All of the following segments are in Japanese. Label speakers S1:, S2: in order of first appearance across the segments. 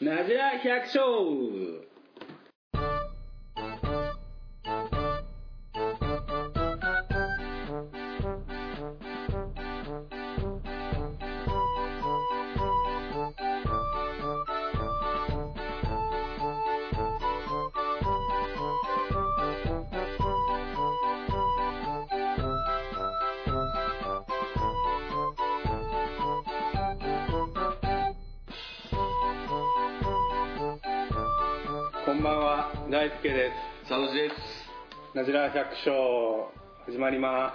S1: なじら百姓こんばんは大輔で
S2: サウジです。
S1: すなじら百姓始まりま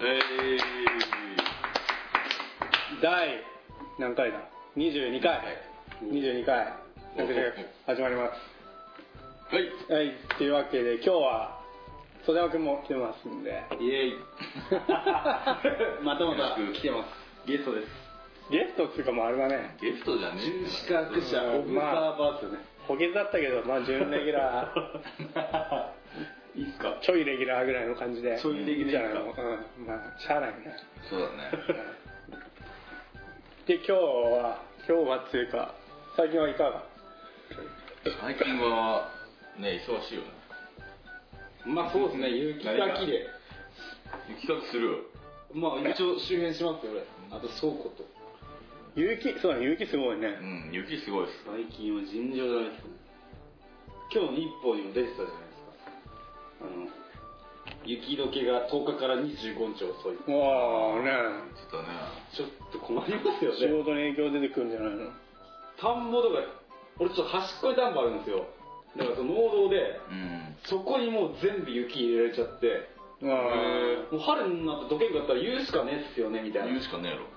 S2: え
S1: す第何回だ22回22回なじら百姓始まりま
S2: ー、は
S1: すはいというわけで今日は袖山くんも来てますんで
S2: い。イエイ。
S3: またまた
S2: よろしく
S3: 来てます。ゲストです。
S1: ゲストっていうかもうあれだね
S2: ゲストじゃねえんだ
S3: 資格者オブザーバーですよね。
S1: 補欠だったけどまあ準レギュラー
S3: いいっすか。
S1: ちょいレギュラーぐらいの感じで
S3: ちょいレギュラー
S1: じゃないのうんまあしゃあないね
S2: そうだね。
S1: で今日は今日はっていうか最近はいかが
S2: 最近は、ね、忙しいよね。
S3: まあそうですね。有機が綺麗。
S2: 企画するよ。
S3: まあ一応周辺しますよ俺。あと倉庫と。
S1: 勇気そうだね勇気すごいね、
S2: うん、雪すごいっす。
S3: 最近は尋常じゃないですね。今日日報にも出てたじゃないですか。あの雪解けが10日から25日遅い。
S1: うわあね
S2: ちょっとね。
S3: ちょっと困りますよ
S1: 仕
S3: ね。
S1: 事に影響出てくるんじゃないの
S3: 田んぼとか、俺ちょっと端っこに田んぼあるんですよ。だからその農道で。
S2: うん。
S3: そこにもう全部雪入れられちゃって
S1: あ
S3: もう春になってどけんかったら言うしかねえっすよねみたいな
S2: 言うし
S3: も
S2: かねえやろ。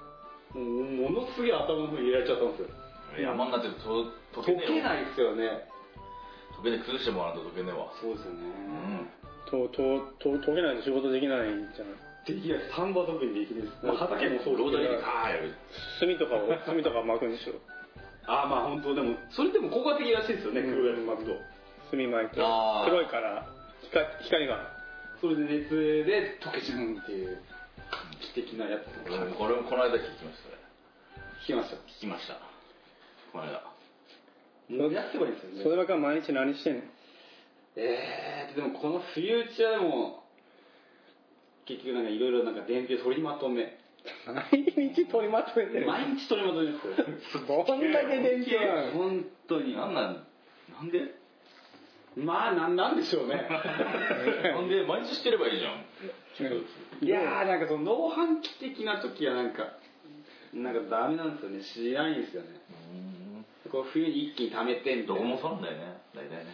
S3: うものすげえ頭の方に入れられちゃったんですよ
S2: 山になってと溶けねえ
S3: 溶け
S2: わ。
S3: ないっすよね
S2: 溶けねえ、崩してもらわないと溶けねえわ。
S3: そうですよね
S2: う
S1: あ
S2: ん。
S1: ととと溶けないと仕事できないじゃない
S3: できないです田んぼは特にできないです、まあ、畑もそう
S2: ロー
S3: で
S2: タ
S3: す
S2: リ
S3: け
S2: ーで
S3: ど
S2: ガーやる。
S1: 炭とか を炭とか巻くんでしょ
S3: ああまあ本当でもそれでも効果的らしいですよね
S1: うん
S3: 黒い巻くと
S1: 炭巻いて
S2: あー
S1: 黒いから光光が
S3: それで熱で溶けちゃうっていう画期的なやつ
S2: 俺もこれもこの間聞きました、それ。
S3: 聞きました
S2: 聞きました。この間。
S3: もうやってばいいですよね
S1: それだけは毎日何してんの
S3: えー、でもこの冬打ちはでも結局なんかいろいろなんか伝票取りまとめ
S1: 毎日取りまとめてる
S3: 毎日取りまとめですよ
S1: どんだけ電気なの
S3: 本当に
S2: なんなん、なんで
S3: まあなんなんでし ょう ね
S2: なんで、毎日してればいいじゃん。
S3: いやーなんかその農繁期的な時はなんかなんかダメなんですよね知らないんですよね
S2: うん。
S3: こう冬に一気に貯めてみた
S2: ど
S3: い
S2: こ
S3: な
S2: もそうなんだよね、大体ね。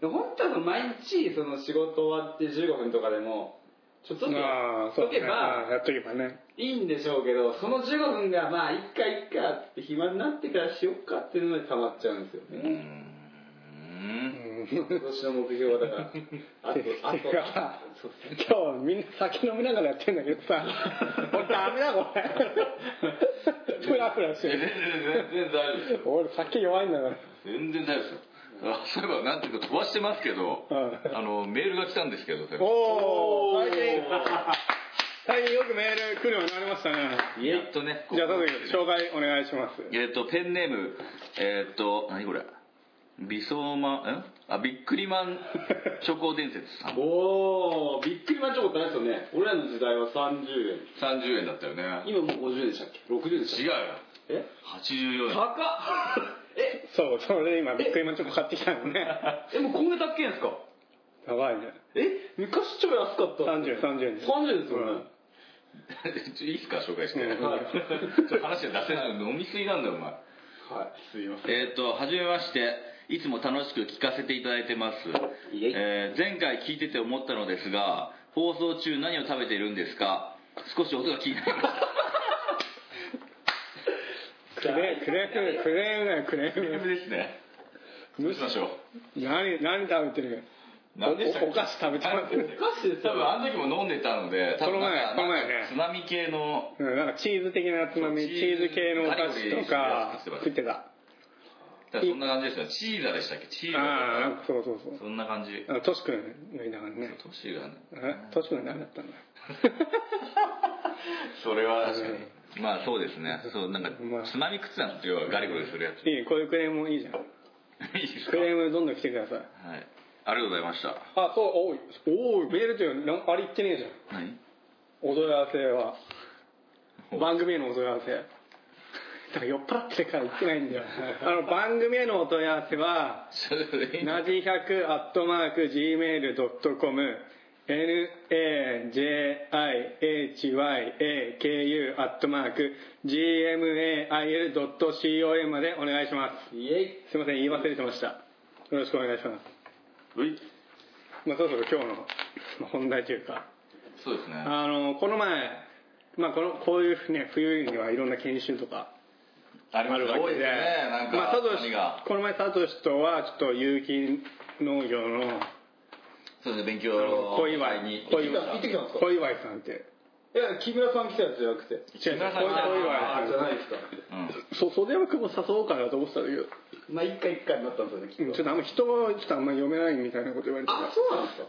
S3: で本当はその毎日その仕事終わって15分とかでもちょっと
S1: ああそう
S3: 溶け
S1: ね
S3: ば
S1: あーやっとけばね
S3: いいんでしょうけどその15分がまあいっかいっかって暇になってからしよっかっていうので溜まっちゃうんですよ
S2: う。
S3: ね
S1: うんん
S3: 今年の目標はだ からあとあ
S1: てか
S3: とそうですね
S1: 今日みんな酒飲みながらやってんだけどさ俺ダメだこれフラフラして
S2: 全然
S1: る
S2: 全然大丈夫ですよ。
S1: 俺酒弱いんだから
S2: 全然大丈夫ですよ。あそういえば、なんていうか飛ばしてますけど、
S1: うん
S2: あの、メールが来たんですけど、最近
S1: おお
S3: おー
S1: 最近最近よくメール来るようになりましたね
S2: やっとね、
S1: じゃあ早速紹介お願いします
S2: えっ、と、ペンネーム、えっ、と、何これビソーマン、んあ、ビックリマンチョコ伝説さ ん。
S3: おおびっくりマンチョコってないですよね俺らの時代は30
S2: 30円だったよね。
S3: 円今もう50円でしたっけ60円でしたっ
S2: 違うよ。
S3: けえ
S2: 84円。
S3: 高っ え
S1: そうそれで今ビックリマンチョコ買ってきたのね
S3: えもうこんな高いんですか
S1: やばいね
S3: え昔超安かった
S1: 30 30円です
S3: 30円ですよね、
S2: ちょいいっすか、紹介して。
S1: うん
S3: はい
S2: ちょっと話が出せない飲みすぎなんだよ、お前。
S3: はいすいません
S2: えっ、と、はじめまして。いつも楽しく聞かせていただいてます。
S3: いえい
S2: えー前回聞いてて思ったのですが、放送中何を食べているんですか少し音が気になりました。
S1: クレクレームクレームだよクレーム
S2: ですね。どうしましょう。
S1: 何何食べてる
S2: 何でしたっけ
S1: おお菓子食べてます
S3: お菓子です
S2: 多分あの時も飲んでたので、多分なんか
S1: この前この前ね
S2: つまみ系の、
S1: うん、なんかチーズ的なつまみチ
S2: そう
S1: ーズ系のお菓子とか
S2: チーズ
S1: 食ってた
S4: だからそんな感じですよチーザでしたっけチーザ
S1: ああなん
S4: と
S1: かそうそうそう
S4: かそんな感じ
S1: あのトシ君がいながらね
S4: トシがね
S1: あトシ君が何だったんだ
S4: それは確かにまあそうですねそうなんか
S1: まあ
S4: つまみ食ってたんですよガリゴリするやつ
S1: いいこういうクレームもいいじゃん
S4: いいです
S1: ク
S4: か
S1: レームどんどん来てください
S4: はいありがとうございました
S1: あそうおいおいメールというのあれ言ってねえじゃん
S4: 何
S1: お問い合わせは番組へのお問い合わせだから酔っ払ってるから言ってないん だよあの番組へのお問い合わせは
S4: それでいい
S1: なじ100アットマーク Gmail.com najihyaku アットマーク gmail.com までお願いしま
S3: イエイ
S1: すすいません言い忘れてましたよろしくお願いしま
S4: うい
S1: すまあそろそろ今日のまあ本題というか
S4: そうですねは
S1: あのこの前、まあ、このこういう、ね、冬にはいろんな研修とか
S4: あ
S1: あ
S4: りますね
S1: るわ
S4: 多
S1: け
S4: い
S1: で、
S4: ですねなんか
S1: まあ、サト
S4: 何
S1: シ
S4: が
S1: この前サトシとはちょっと有機農業の
S4: そうですね勉強の
S1: 小祝
S4: 会に
S1: 小
S3: 行
S1: 祝
S3: ってきたんですか
S1: 小祝さんって
S3: いや木村さん来たやつじゃなくて
S1: 違う違
S4: 村
S1: う小
S4: さん
S3: ああじ
S1: 祝
S3: ゃないですか
S4: うん
S1: そう袖山君も誘おうかなと思ってたんだけど
S3: まあ一回一回になったんですよねき
S1: うん
S3: っ
S1: ちょっと
S3: と
S1: あんま人をちょっとあんま読めないみたいなこと言われて
S3: あそうなんですか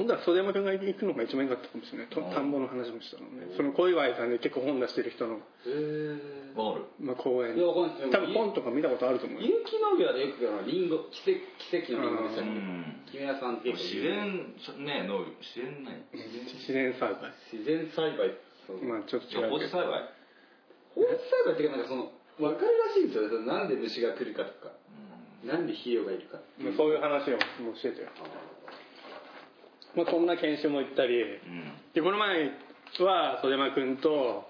S4: うん
S1: ほんだら袖山君が行くのが一番良かったかもしれないと
S4: うん
S1: 田んぼの話もしたのねその小祝さんで結構本出してる人の、
S3: へえ
S4: わかる
S1: まあ、講演
S3: いやわかんないです
S1: 多分本とか見たことあると思うよ
S3: 有機農業でよくあのリンゴ奇跡奇跡のリンゴでし
S4: う
S3: たっ
S4: ん
S3: け木村さんって
S4: 自然ね農業自然ない
S1: 自然栽培
S3: 自然栽培そう
S1: まあちょっと違
S4: 放
S1: う
S4: 置
S1: け
S4: 栽培
S3: 放置栽培っていうかなんかその分かるらしいんですよねそのなんで虫が来るかとかなんで肥料がいるか
S1: ど、まあそういう話をもうしててよ、まあ、そんな研修も行ったり
S4: うん
S1: でこの前は袖間君と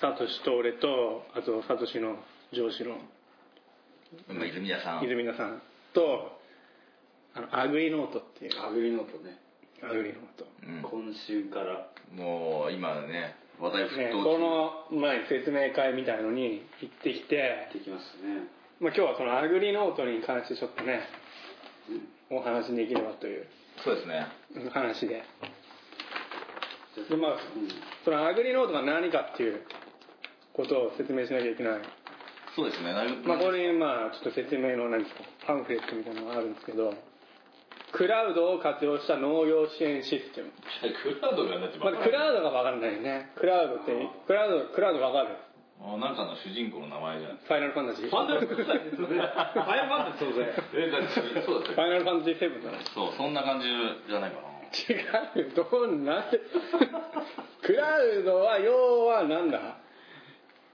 S1: サトシと俺とあとサトシの上司の
S4: うんまあ泉田さん
S1: 泉田さんとあのアグリノートっていう
S3: アグリノートね
S1: アグリノート
S4: うん
S3: 今週から
S4: もう今ね話題
S1: ね
S4: 沸騰
S1: この前に説明会みたいのに行ってきて、
S3: できましたね
S1: まあ、今日はそのアグリノートに関してちょっとねお話できればという
S4: そうですね
S1: 話で
S3: じゃ
S1: でまあ
S3: うん
S1: そのアグリノートが何かっていうことを説明しなきゃいけない、
S4: そうですねなる
S1: ま あ、これにまあちょっと説明の何ですかパンフレットみたいなのがあるんですけどクラウドを活用した農業支援システム、
S4: クラウドがなって
S1: まあ、クラウドが分かんないよねクラウドってクラウドクラウド分かる
S4: あなんかの主人公の名前じゃない
S1: ファイナルファンタジーフ
S3: ァイナルファンタジーですね。ファイナルファンタジー当然。
S4: えだってそうだった
S1: ァイナルファンタジー7だな
S4: そうそんな感じじゃないかな
S1: 違うよどんな クラウドは要はなんだ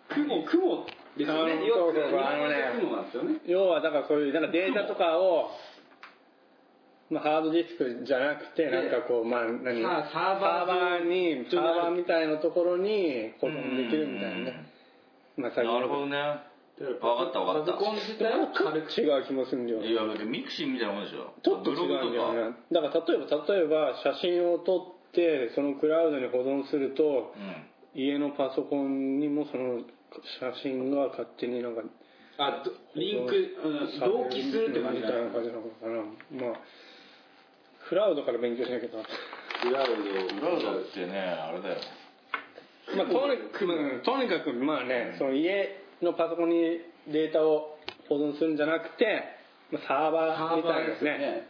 S3: 雲、雲ですよ
S1: あの
S3: ね。よく
S1: そうそうそうあのね
S3: 雲なんですよね。
S1: 要はだからそういうなんかデータとかを、まあ、ハードディスクじゃなくてなんかこうまあ何
S3: さサー
S1: サー
S3: バー
S1: バーにサーバーみたいなところに保存できるみたいなねまあ
S4: う
S1: 最
S4: んな
S1: 近
S4: るほどね
S3: 分
S4: わかったわかった
S3: パソコン自体は
S1: ちょっと
S3: 軽く。
S1: 違う気もするんだ
S4: い
S1: よ
S4: やだってミクシーみたいなもんでしょ
S1: ちょっと違
S4: ブログ
S1: うんだ
S4: とか
S1: よねだから例えば例えば写真を撮ってそのクラウドに保存すると
S4: うん
S1: 家のパソコンにもその写真が勝手になんか
S3: あ、どリンク、うん、同期するって感じ
S1: み
S3: だ
S1: たいな感じなのかなまあクラウドから勉強しなきゃな
S3: クラウド。
S4: クラウドってねあれだよ
S1: まあ、とにかく、うんとにかくまあね、その家のパソコンにデータを保存するんじゃなくて、まあ、サーバー
S3: サ
S1: み
S3: ーバ
S1: たいな
S3: ーで
S1: ね
S3: すね。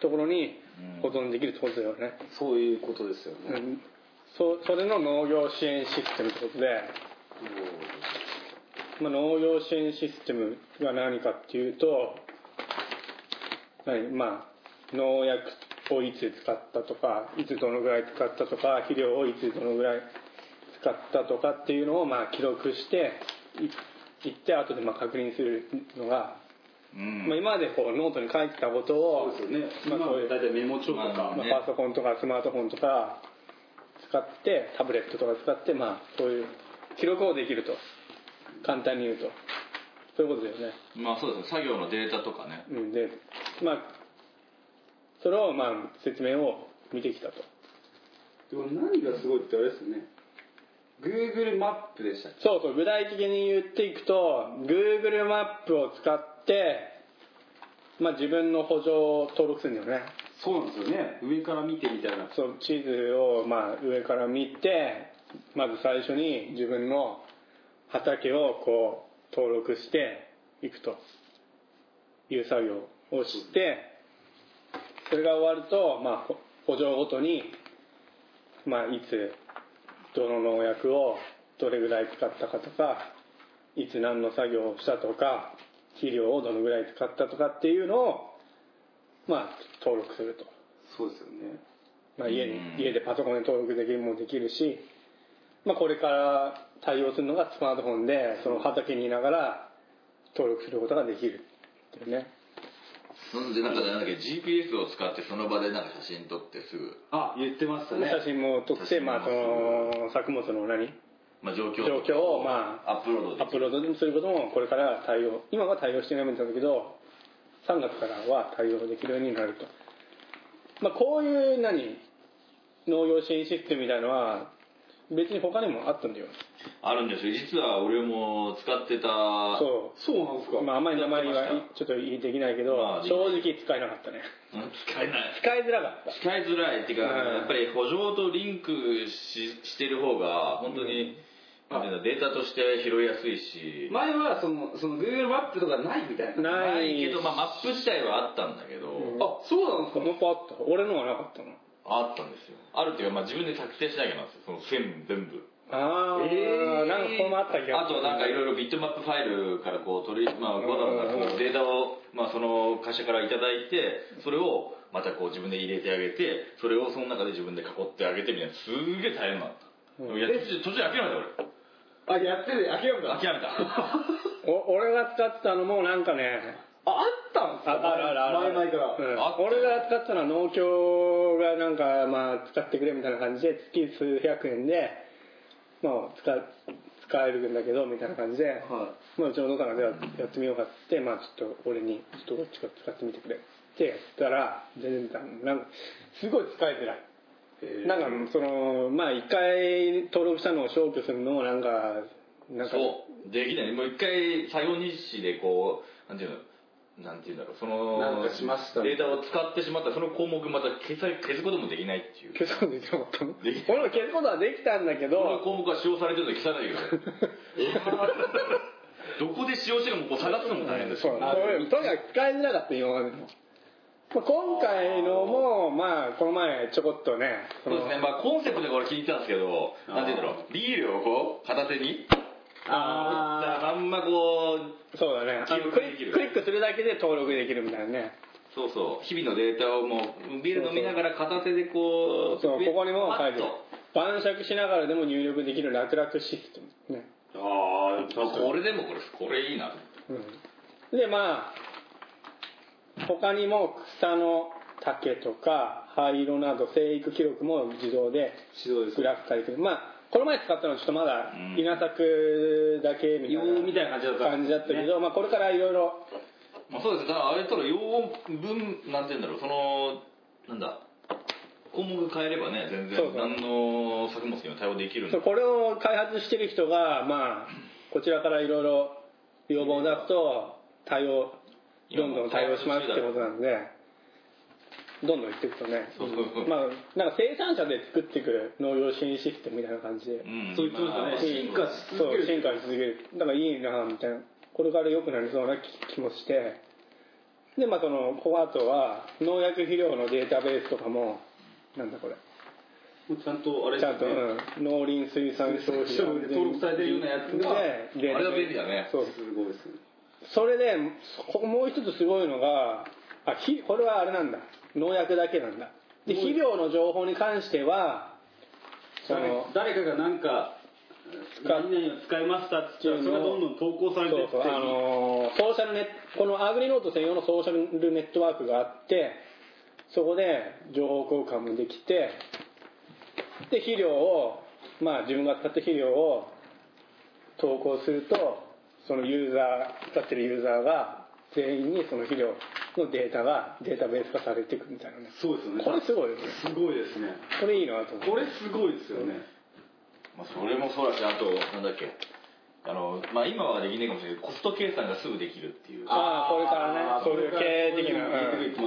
S1: ところに
S4: うん
S1: 保存できるってことだよね、
S3: そういうことですよ
S1: う
S3: ね。
S1: ん、そそれの農業支援システムってことで、まあ、農業支援システムが何かっていうと何まあ農薬をいつ使ったとかいつどのぐらい使ったとか肥料をいつどのぐらい使ったとかっていうのをまあ記録していいって後でまあ確認するのが、
S4: うん
S1: まあ、今までこうノートに書いてたことを、
S3: そうですよね。
S1: まあ
S3: 今
S1: そういう
S3: だいたいメモ帳と
S4: まあ
S3: か。
S1: ま
S4: ね
S1: あ、パソコンとかスマートフォンとか使ってタブレットとか使ってまあそういう記録をできると簡単に言うとそういうことだよね
S4: まあそうですね作業のデータとかね
S1: うんでまあそれをまあ説明を見てきたと
S3: でも何がすごいってあれですね。Google マップでしたっけ
S1: そうそう具体的に言っていくと Google マップを使ってまあ自分の補助を登録するんだよね
S3: そうなんですよね。上から見てみたいな。
S1: そう地図をまあ上から見てまず最初に自分の畑をこう登録していくという作業をしてそれが終わると、まあ、ほ補助ごとに、まあ、いつどの農薬をどれぐらい使ったかとかいつ何の作業をしたとか肥料をどのぐらい使ったとかっていうのを、まあ、登録すると、
S3: そうですよね
S1: まあ、家に
S4: うん
S1: 家でパソコンで登録できるもできるし、まあ、これから対応するのがスマートフォンでその畑にいながら登録することができるっていうね
S2: そんでなんかなんだっけ GPS を使ってその場でなんか写真撮ってすぐ、
S3: あ言ってましたね
S1: 写真も撮っ
S2: 写
S1: て、
S2: 真
S1: ま
S2: も
S1: あ、その作物の何
S2: まあ、状況
S1: 状況をまあ
S2: アップロードで
S1: アップロードすることもこれから対応今は対応してないみたいだけど3月からは対応できるようになると、まあ、こういう何農業支援システムみたいのは別に他にもあったんだよ
S2: あるんですよ実は俺も使ってた
S1: そ
S3: そうなんですか、
S1: う、まあ、あんまり名前は
S2: やってま
S1: ちょっと言いできないけど、
S2: まあ
S1: 正直使えなかったね
S2: うん使えない
S1: 使いづらかった
S2: 使いづらいっていうか、
S1: うん
S2: やっぱり補助とリンクししてる方が本当に、なんていうのデータとして拾いやすいし、
S3: 前はそのその Google マップとかないみたいな
S1: ない
S2: ないけど、まあ、マップ自体はあったんだけど、
S1: うん
S3: あそうなんで
S1: こ
S3: すか
S1: の子あった俺のはなかったの
S2: あったんですよあるっていうか、まあ、自分で作成しなきゃなんですよその線全部
S1: ああ、
S3: えー
S1: なんかこれもあった気が
S2: あとなんかいろいろビットマップファイルからこう取り、まあ、わざわざこうデータを、まあ、その会社からいただいてそれをまたこう自分で入れてあげてそれをその中で自分で囲ってあげてみたいなすげえ大変なの、
S1: うん
S2: いや途中途中で諦めた
S3: あやってて諦め
S2: 俺
S3: た
S2: 諦めた
S1: お俺が使ってたのもなんかね
S3: ああったんです
S1: あ
S3: か
S1: あるあるある
S3: 前々か
S1: う
S3: ら、
S1: ん
S2: あった
S1: 俺が使ったのは農協がなんかまあ使ってくれみたいな感じで月数百円でまあ使使えるんだけどみたいな感じで、
S3: は
S1: まあうちのお父さんがじゃあやってみようかって言ってまあちょっと俺にちょっとこっちこ使ってみてくれってやったら全然なんかすごい使いづらい
S3: えー
S1: なんかそのまあ一回登録したのを消去するのもなんかなんか
S2: そうできないもう一回作業日誌でこうなんていうのなんていうんだろうその
S3: なんかしましたね
S2: データを使ってしまったその項目また消さ消すこともできないっていう
S1: 消すことできなかったの
S2: でき
S1: 俺も消すことはできたんだけ
S2: この
S1: ど
S2: 項目が使用されてるのに消さないけど どこで使用してるかもこう探すのも大変だし
S1: そう
S3: あ
S1: とにかく使いづらかった今までの、まあ、今回のもまあこの前ちょこっとね
S2: そうですね、まあ、コンセプトが俺気に入ったんですけど
S3: あー
S2: なんていうんだろうビールをこう片手に持った
S1: あ
S2: まんまこう
S1: あそうだねあのクリッククリックするだけで登録できるみたいなね
S2: そうそう日々のデータをもうビール飲みながら片手でこう
S1: そうここにも書
S2: パ
S1: い
S2: ッ
S1: て
S2: と
S1: る晩酌しながらでも入力できる楽々システムね
S3: あ
S2: あ
S3: あ
S2: これでもこれこれいいな
S1: うんでまあ他にも草の丈とか灰色など生育記録も自動で
S3: 指導です
S1: グラフ化できるまあこの前使ったのはちょっとまだ稲作だけみたいな,、
S3: うんみたいな感じだった
S1: 感じだったけど、まあ、これからいろいろ
S2: まあ、そうですねだからあれたら要分なんて言うんだろうそのなんだ項目変えればね全
S1: そう
S2: 然
S1: そう
S2: 何の作物にも対応できるんで
S1: そうこれを開発してる人がまあこちらからいろいろ要望を出すと対応どんどん対応しますってことなんでどんどん言っていくとね
S2: そうそうそう
S1: まあなんか生産者で作ってくる農業支援システムみたいな感じで、
S2: ん
S3: そう言って
S2: ま
S3: ましたね
S2: あ
S3: 進化し
S1: そう
S3: 続ける
S1: 進化し続けるだからいいなみたいなこれから良くなりそうな気気もしてでまあそのこの後は農薬肥料のデータベースとかもなんだこれ
S3: もうちゃんとあれ
S1: ち
S3: です
S1: ゃ
S3: ね
S1: んと、うん農林水産消費
S3: 消費で登録されてるようなやつが
S1: でで
S2: あれが便利だね
S1: そう
S3: すごいですね
S1: それでそこもう一つすごいのがあひこれはあれなんだ農薬だけなんだで肥料の情報に関してはその
S3: 誰かが何か
S1: 使っ
S3: 何々を使いましたって言ったらそれがどんどん投稿されて
S1: そう
S3: って
S1: そうあのーソーシャルネこのアグリノート専用のソーシャルネットワークがあってそこで情報交換もできてで肥料をまあ自分が使った肥料を投稿するとそのユーザー使ってるユーザーが全員にその肥料のデータがデータベース化されていくみたいなね
S3: そうですよね
S1: これすごいよね
S3: すごいですね
S1: これいいなと思って
S3: これすごいですよね
S2: まあ、それもそうだしあとなんだっけあの、まあ、今はできないかもしれないけどコスト計算がすぐできるっていうこ
S1: ああこれからねそういう経営的なうん
S2: こ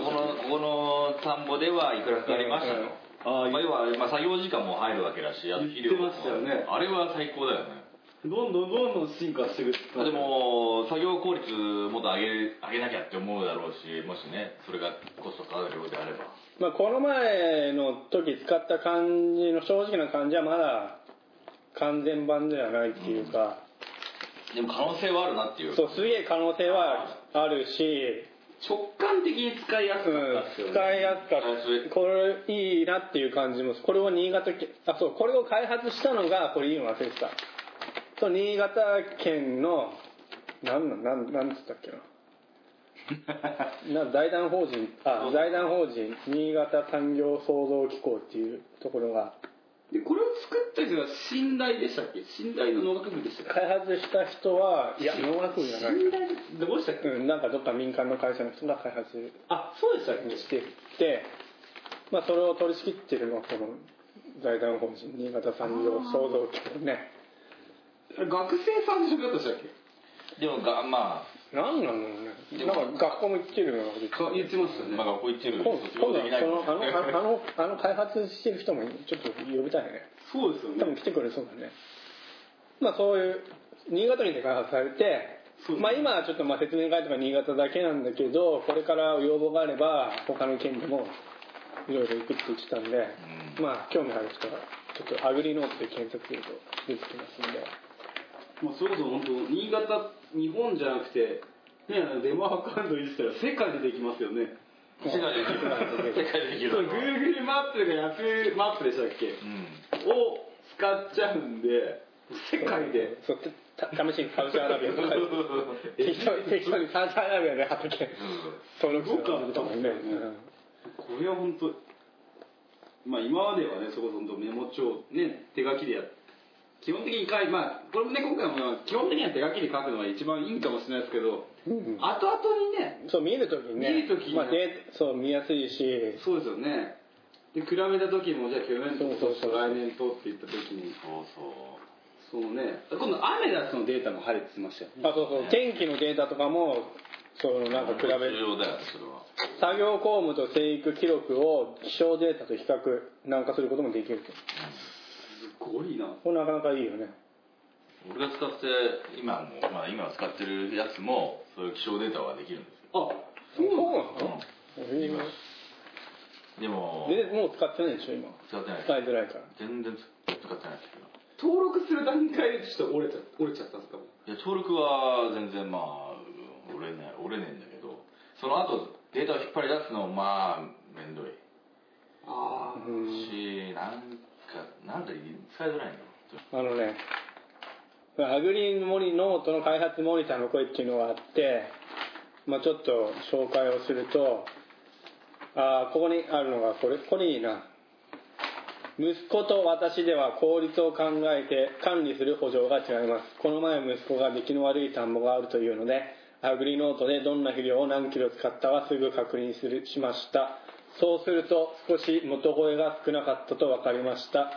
S2: のここの田んぼではいくらかかりました
S1: うん
S2: と、
S3: ああ
S2: まあ、要は、まあ、作業時間も入るわけだしあと肥料も
S3: 言ってましたよね
S2: あれは最高だよね
S3: どんどんどんどん進化していく
S2: まあでも作業効率もっと上げ上げなきゃって思うだろうしもしねそれがコストかかるようであれば
S1: まあ、この前の時使った感じの正直な感じはまだ完全版ではないっていうか、
S2: でも可能性はあるなっていう
S1: そうすげえ可能性はあるし、
S3: 直感的に使い
S1: う
S3: やすか
S1: ん
S3: ったっすよ、ね
S1: 使いやすかったこれいいなっていう感じもこれを新潟県あそうこれを開発したのがこれ今忘れてたそう新潟県のなんなんなんなんつったっ けなな財団法人あ財団法人新潟産業創造機構っていうところが
S3: でこれを作った人が信頼でしたっけ信頼の農学部でしたっ
S1: 開発した人はいや農学部じゃな い、
S3: 信頼でどうしたっけ、
S1: うん、なんかどっか民間の会社の人が開発
S3: あそうでしたっけ、
S1: してって、まあ、それを取り仕切ってるのはこの財団法人新潟産業創造機構ね
S3: 学生さんでしょだったでしたっけ
S2: でもがまあ
S1: 何なんだろうねなんか学校も行ってるようなこと言ってた
S3: か言ってましたよね、
S2: まあ学校行ってる
S1: 今
S2: 卒
S1: 今度
S2: 業で
S1: は
S2: きない
S1: そのあのあのあのあの開発してる人もちょっと呼びたいね
S3: そうですよ
S1: 多
S3: ね
S1: 分来てくれそうだねまあそういう新潟県で開発されて
S3: そう
S1: まあ今はちょっとまあ説明会とか新潟だけなんだけどこれから要望があれば他の県でもいろいろ行くって言ってたんで、まあ興味ある人はちょっとアグリノートで検索すると出てきますんで
S3: まあ、それこそ本当新潟日本じゃなくてねあのデマアカウントにしたら世界でできますよね
S2: 世界でできる世界ででき
S3: そう
S2: る
S3: Google マップとか Yahoo マップでしたっけ
S2: うん
S3: を使っちゃうんで世界で
S1: そうた試しにサウジアラビアとか 適当に適当にサウジアラビアで畑登録してもらったもんね、うん
S3: これは本当まあ今まではねそこそこメモ帳ね手書きでや基本的に書いまあこれもね今回もまあ基本的には手書きで書くのが一番いいかもしれないですけど、
S1: うんうん
S3: 後々にね
S1: そう見るときにね
S3: 見る時に
S1: まあ、でそう見やすいし
S3: そうですよねで比べた時もじゃあ去年と
S1: そうそうそう
S3: 来年とっていった時に
S2: そうそう
S3: そうね今度アメダスのデータも晴れてきましたよね
S1: あそうそう天気のデータとかもそのなんか比べ
S2: 重要だよねそれは
S1: 作業項目と生育記録を気象データと比較なんかすることもできると
S3: すごいな
S1: これなかなかいいよね
S2: 俺が使って今もまあ今使ってるやつもそういう気象データはできるんです
S3: あそうなの
S1: そうなの今
S2: よでも
S1: 全然もう使ってないでしょ今
S2: 使ってないです
S1: 使いづらいから
S2: 全然使ってないですけど
S3: 登録する段階でちょっと折れちゃ折れちゃったんですか
S2: いや登録は全然まあ折れない折れねえんだけどその後データを引っ張り出すのもまあめんどい
S3: ああ
S2: しなんかなんか使いづらいの
S1: あのねアグリーンモリノートの開発モニターの声っていうのがあって、まあ、ちょっと紹介をするとあーここにあるのがこれこれいいな息子と私では効率を考えて管理する補助が違いますこの前息子が出来の悪い田んぼがあるというのでアグリノートでどんな肥料を何キロ使ったはすぐ確認するしましたそうすると少し元声が少なかったと分かりました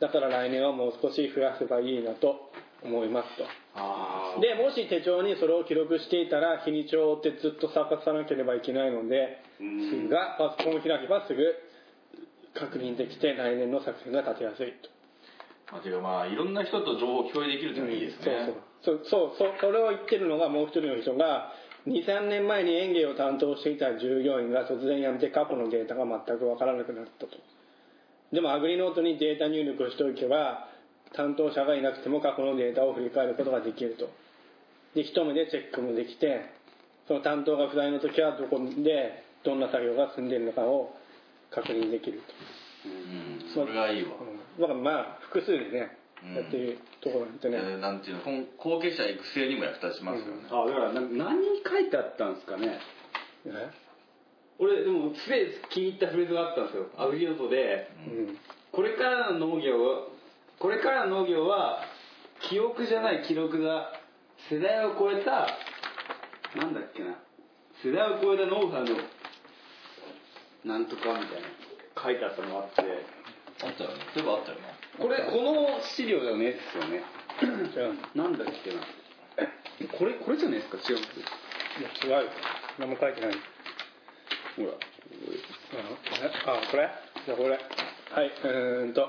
S1: だから来年はもう少し増やせばいいなと思いますと
S3: あ
S1: でもし手帳にそれを記録していたら日にちを追ってずっと探さなければいけないので
S3: うん
S1: がパソコンを開けばすぐ確認できて来年の作戦が立てやすいと
S2: まあていうかまあいろんな人と情報を共有できるっていうのはいいですね、
S1: そうそうそうそうそれを言ってるのがもう一人の人が23年前に園芸を担当していた従業員が突然辞めて過去のデータが全く分からなくなったとでもアグリノートにデータ入力をしておけば担当者がいなくても過去のデータを振り返ることができるとで一目でチェックもできてその担当が不在の時はどこでどんな作業が進んでいるのかを確認できると
S2: うんそれがいいわ、
S1: だからまあ複数でね、
S2: うん
S1: やってるところなんて
S2: え
S1: ね、
S2: ーなんていうのこん後継者育成にも役立ちますよね、
S3: あだからな何書いてあったんですかね
S1: ね
S3: 俺でもすげえ気に入ったフレーズがあったんですよアグリノートで
S1: うん、
S3: これからの農業はこれからの農業は記憶じゃない記録だ世代を超えたなんだっけな世代を超えたノウハウのなんとかみたいな書いてあったのがあって
S2: あったよねそういえばあったよね
S3: これこの資料だよねですよね
S1: 違う
S3: なんだっけなえこれこれじゃないですか違うんです
S1: いや違うよ何も書いてない
S3: ほら
S1: ああこれじゃあこれはい、うーんと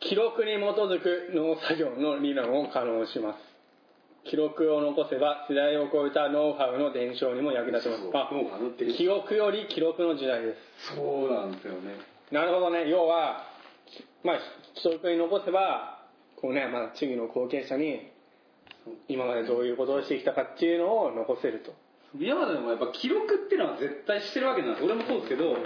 S1: 記録に基づく農作業の理論を可能します記録を残せば世代を超えたノウハウの伝承にも役立ちますあ
S3: もう花ってる
S1: 記憶より記録の時代です
S3: そうなんですよね
S1: なるほどね要はきまあ記録に残せばこうね、まあ、地域の後継者に今までどういうことをしてきたかっていうのを残せると
S3: 宮本でもやっぱ記録っていうのは絶対してるわけなんです俺もそうですけど、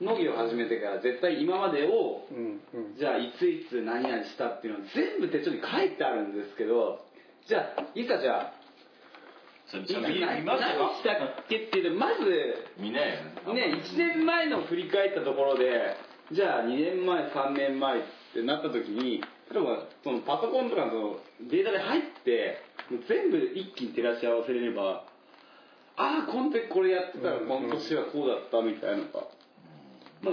S3: 農業を始めてから絶対今までを
S1: うんうん
S3: じゃあいついつ何々したっていうのは全部手帳に書いてあるんですけどじゃあいざじゃあ
S2: それ
S3: いざ
S2: 見
S3: 何
S2: 見ましたか
S3: したっけっていうのまず
S2: 見ないよ
S3: ね1年前の振り返ったところでじゃあ2年前3年前ってなった時に例えばそのパソコンとかのそのデータで入ってもう全部一気に照らし合わせれればああこの時これやってたら
S1: うん
S3: この年はこうだったみたいなのが、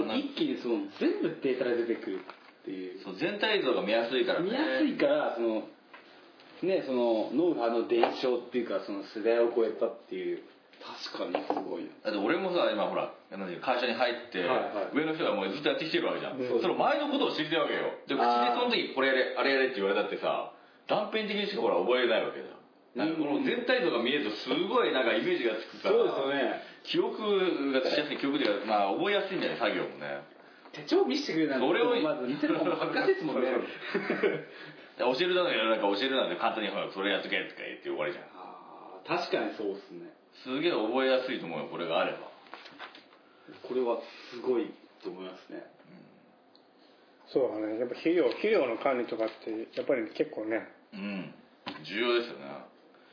S3: もう一気にその全部データで出てくるっていう
S2: そう全体像が見やすいからね
S3: 見やすいからそのねそのノウハウの伝承っていうかその世代を超えたっていう確かにすごい
S2: だって
S3: な
S2: 俺もさ今ほらなんていうの会社に入って、
S3: はいはい
S2: 上の人がもうずっとやってきてるわけじゃん、
S1: うん
S2: その前のことを知りたいわけよで口で
S3: あー
S2: その時これやれあれやれって言われたってさ断片的にしかほら覚えれないわけじゃんなんかこの全体像が見えるとすごいなんかイメージがつくから
S3: そうです
S2: 記
S3: よね
S2: 憶がつきやすい記憶ではまあ覚えやすいんじゃない作業もね
S3: 手帳見せてくれなんて
S2: それを
S3: まず見てるのも恥ずかしいですもんね
S2: で教えるだのなんか教えるなんて簡単にほらそれやっとけとか言って終わりじゃん
S3: あー確かにそうですね
S2: すげえ覚えやすいと思うよこれがあれば
S3: これはすごいと思いますね
S1: そうだねやっぱ肥料肥料の管理とかってやっぱり結構ね
S2: うん重要ですよね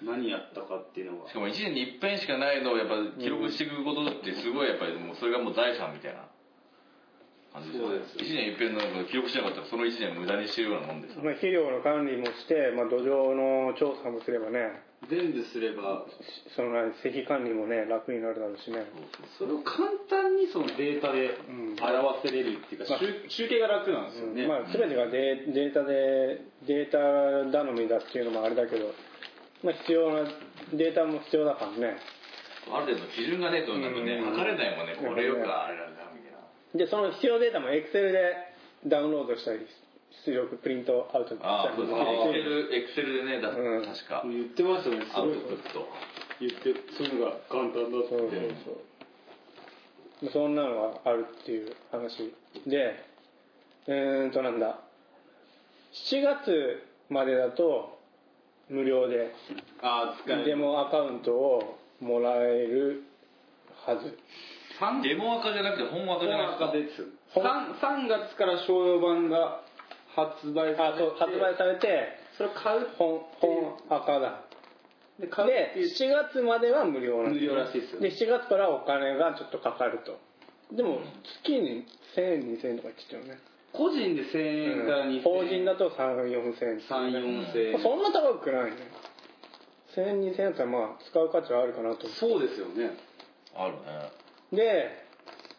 S3: 何やったかっていうのが
S2: しかも1年に一遍しかないのをやっぱ記録していくことってすごいやっぱりもうそれがもう財産みたいな感じですよね
S3: そうです
S2: 1年に一遍のなんか記録しなかったらその1年無駄にしてるようなもんですよ
S1: まあ肥料の管理もして、まあ、土壌の調査もすればね
S3: 全部すれば
S1: その石肥管理もね楽になるだろうしね
S3: それを簡単にそのデータで
S1: ん
S3: 表せれるっていうか、
S1: まあ
S3: 集集計が楽なんですよね、
S1: まあ、全てがデーデータでデータ頼みだっていうのもあれだけど、まあ、必要なデータも必要だからね
S2: ある程度基準がねえとなんかね
S1: うん
S2: 測れないもんねこれよかあれなんだみたいな
S1: でその必要データも Excel でダウンロードしたり出力プリントアウトした
S2: ああ
S1: り
S2: そうです
S1: もできる
S2: ねエクセルエクセルでねだ
S1: うん
S2: 確か
S3: もう言ってましたねす
S2: ア
S3: ご
S2: ウ
S3: い
S2: トプット
S3: 言ってそういうのが簡単だって
S1: そうそうそうそんなのがあるっていう話でうーんとなんだ7月までだと無料で
S3: ああ使え
S1: デ
S3: る
S1: モアカウントをもらえるはず
S3: 3
S2: デモ赤じゃなくて本赤じゃなくて
S3: です3 3月から商用版が発売さ
S1: あ
S3: れて
S1: そう発売されて
S3: それを買う
S1: 本本赤だ
S3: で買う
S1: で
S3: っていう
S1: 7月までは無料なん
S3: 無
S1: です
S3: 料らしいですよ
S1: で7月からお金がちょっとかかるとでも月に1000円2000円とか言ってたよね
S3: 個人で1000円から2000円
S1: 法人だと34000円
S3: 34000円
S1: そんな高くないね1000円2000円だったらまあ使う価値はあるかなと思
S3: そうですよね
S2: あるね
S1: うで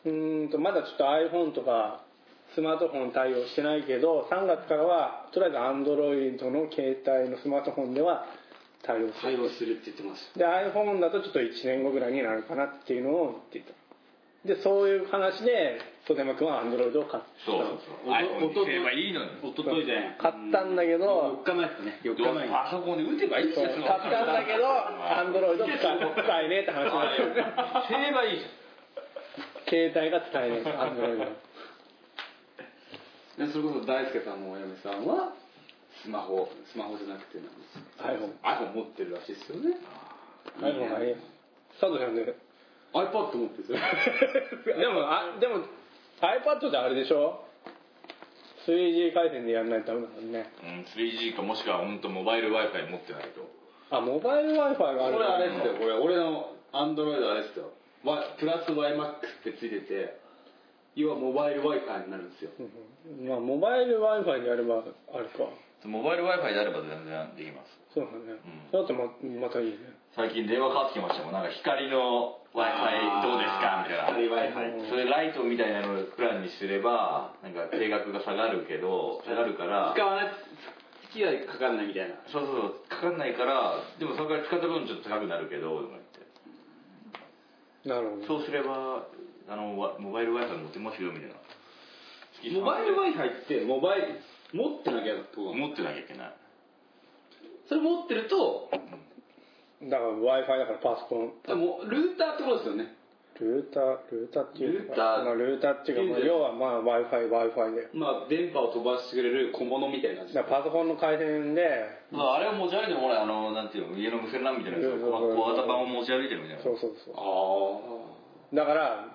S1: うーんとまだちょっと iPhone とかスマートフォン対応してないけど3月からはとりあえず Android の携帯のスマートフォンでは対応す
S3: 対
S1: る
S3: 応するって言ってまし
S1: で iPhone だとちょっと1年後ぐらいになるかなっていうのを言っていたでそういう話で袖山君は Android を買っ
S2: そうそうそう
S3: お
S2: iPhone
S3: と
S2: にすればいいのに
S3: たおとといじゃない
S1: 買ったんだけど
S3: 4日前ですね
S2: ど
S3: 4日
S2: う
S3: 前に
S2: パソコンで打てばいいんです
S1: 買っ
S2: よ
S1: たんだけど Android 使えねえって話にな ってる
S2: すればいいじゃん
S1: 携帯が使えない Android
S3: でそれこそ大輔さんもお嫁さんはスマホスマホじゃなくてなんです
S1: iPhone
S3: iPhone 持ってるらしいですよね
S1: iPhone がいい佐藤さんで
S3: iPad 持ってるんですよ
S1: でもあでも iPad ってあれでしょ 3G 回線でやらないとダメだもんね
S2: うん、3G かもしくは本当モバイル w i f i 持ってないと
S1: あモバイル Wi-Fi がある
S3: これあれっすよこれ俺の Android あれっすよわプラス YMAX ってついてて要はモバイル Wi-Fi になるんですよ
S1: うんまあモバイル Wi-Fi でやればあれか
S2: モバイル w i f i であれば全然できます
S1: そうだね、だってままたいいね
S2: 最近電話かかってきましたもんなんか光の w i f i どうですかみたいな
S3: 光 Wi-Fi
S2: それライトみたいなのをプランにすればなんか定額が下がるけど下がるから
S3: 使わない月がかかんないみたいな
S2: そうそうそうかかんないからでもそれから使った分ちょっと高くなるけどとか言って
S1: なるほど
S2: そうすればあのわモバイル w i f i 持てますよみたいな
S3: モバイル Wi-Fi ってモバイル持ってなきゃってことなの
S2: 持ってなきゃいけない
S3: それ持ってると
S1: だから Wi-Fi だからパソコン。
S3: でもルーターってことですよね
S1: ルーター、ルーターっていうのか
S3: ルータ
S1: まあルーターっ
S3: ー
S1: ていうか、まあ、要はまあ Wi-Fi、Wi-Fi で。
S3: まあ電波を飛ばしてくれる小物みたいな感じ
S1: だからパソコンの回線で、
S2: まああれを持ち歩いてもらえあのなんていうの家の無線 LAN みたいなやつ
S1: そうそうそう
S2: 小型版を持ち歩いてるみたいな
S1: そうそうそ
S3: あ
S1: う。だから、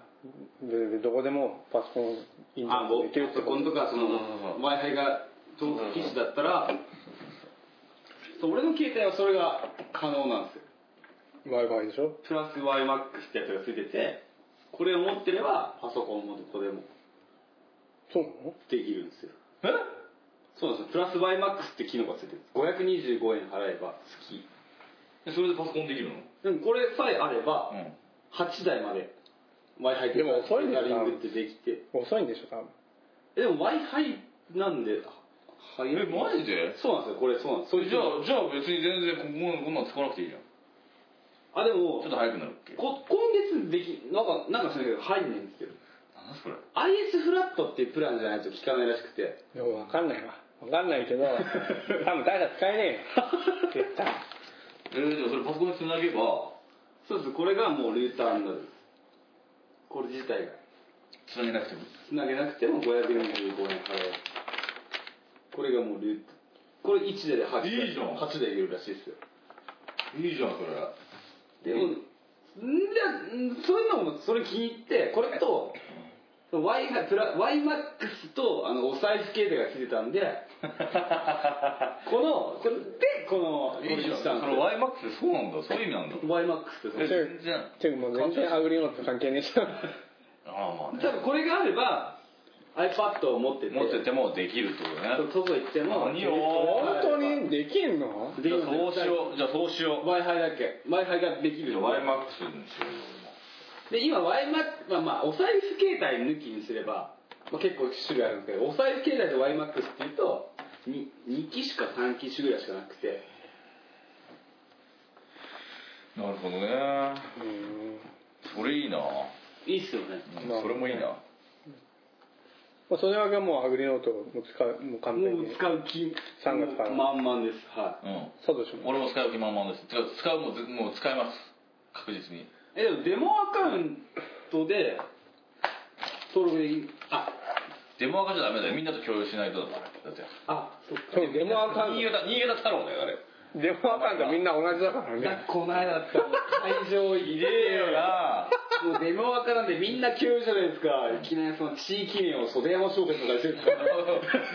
S1: 別にどこでもパソコンインタ
S3: あ
S1: ーネット
S3: あもう
S1: できるって
S3: パ
S1: こ
S3: ソコンとかその
S2: そうそうそう
S3: w i f i が同期種だったらそう俺の携帯はそれが可能なんですよ
S1: と。Wi-Fi でしょ
S3: プラス YMAX ってやつがついててこれを持ってればパソコンもどこでも
S1: そうなの
S3: できるんですよ
S2: え
S3: そうなんですよプラス YMAX って機能がついてるんです525円払えば月
S2: えそれでパソコンできるの
S3: でもこれさえあれば
S2: うん
S3: 8台まで w i f i
S1: でも遅いね
S3: リングってできて
S1: 遅いんでしょ、多分。
S3: えでも w i f i なんでは
S2: えマジで
S3: そうなんですよこれそうなんですそれ
S2: じゃあじゃあ別に全然こここんなん使わなくていいじゃんち
S3: あでも
S2: ょっと早くなるっけ
S3: こ今月できなんかなんかしないけど入んないんですよ
S2: なんだそれ
S3: IS フラットっていうプランじゃないと効かないらしくて
S1: でもわかんないわ。わかんない けど、多分大差使えねえよ。絶対。
S2: えー、じゃあそれパソコンにつなげば
S3: そうですこれがもうルーターになるこれ自体が
S2: つなげなくても
S3: つなげなくても545円払えるこれがもうルーターこれ1台で8台
S2: いいじゃん
S3: 8台いるらしいですよ
S2: いいじゃん それ
S3: でも、んじゃんそういうのもそれ気に入ってこれと Y がプラ YMAX とあのお財布系でがついてたんでこのこれでこのこれ
S2: いいじゃん
S3: し
S2: そ
S3: たんです
S2: の
S3: よ
S2: YMAX ってそうなんだそういう意味 なんだ
S3: YMAX って
S2: え
S3: それ
S2: 全然
S1: ていうかもう全然アグリノート関係ねえじゃん。
S2: ああまあね
S3: 多分これがあれば iPad を持ってて
S2: 持っててもできるってことね
S3: 外行っても
S2: 何よ
S1: 本当にできんの
S3: で
S2: じゃあそうしようじゃあそうしよ
S3: w i f i だけ w i f i ができ
S2: うじ
S3: る
S2: ゃあ YMAX にしよ
S3: で今 YMAX はまあお財布携帯抜きにすれば、まあ、結構種類あるんですけどお財布携帯と YMAX っていうと 2, 2機種か3機種ぐらいしかなくて
S2: うよなるほどね
S1: うん
S2: それいいな、
S3: いいっすよね
S2: うん
S1: まあ
S2: それもいいな、
S1: まあ、それはもうアグリノートも使う、もう完全
S3: もう
S1: に。
S3: 使う気
S1: 三月から
S3: 満々ですは
S2: うん
S1: そうでしょ。
S2: 俺も使う気満々ですてか使うもうずもう使います確実に
S3: いえでもデモアカウントで登録できるあ
S2: デモアカじゃダメだよみんなと共有しないとだもんだって
S3: あそっか
S1: そう、デモアカウン
S2: 新潟新潟太郎だよあれ
S1: ト。デモアカウントみんな同じだから
S3: い や
S1: ね。
S3: この間だったらもう会場行って
S2: ひでえよな
S3: もうデモアカなんでみんな急じゃないですかいきなりその地域名を袖山商店とかにしてる から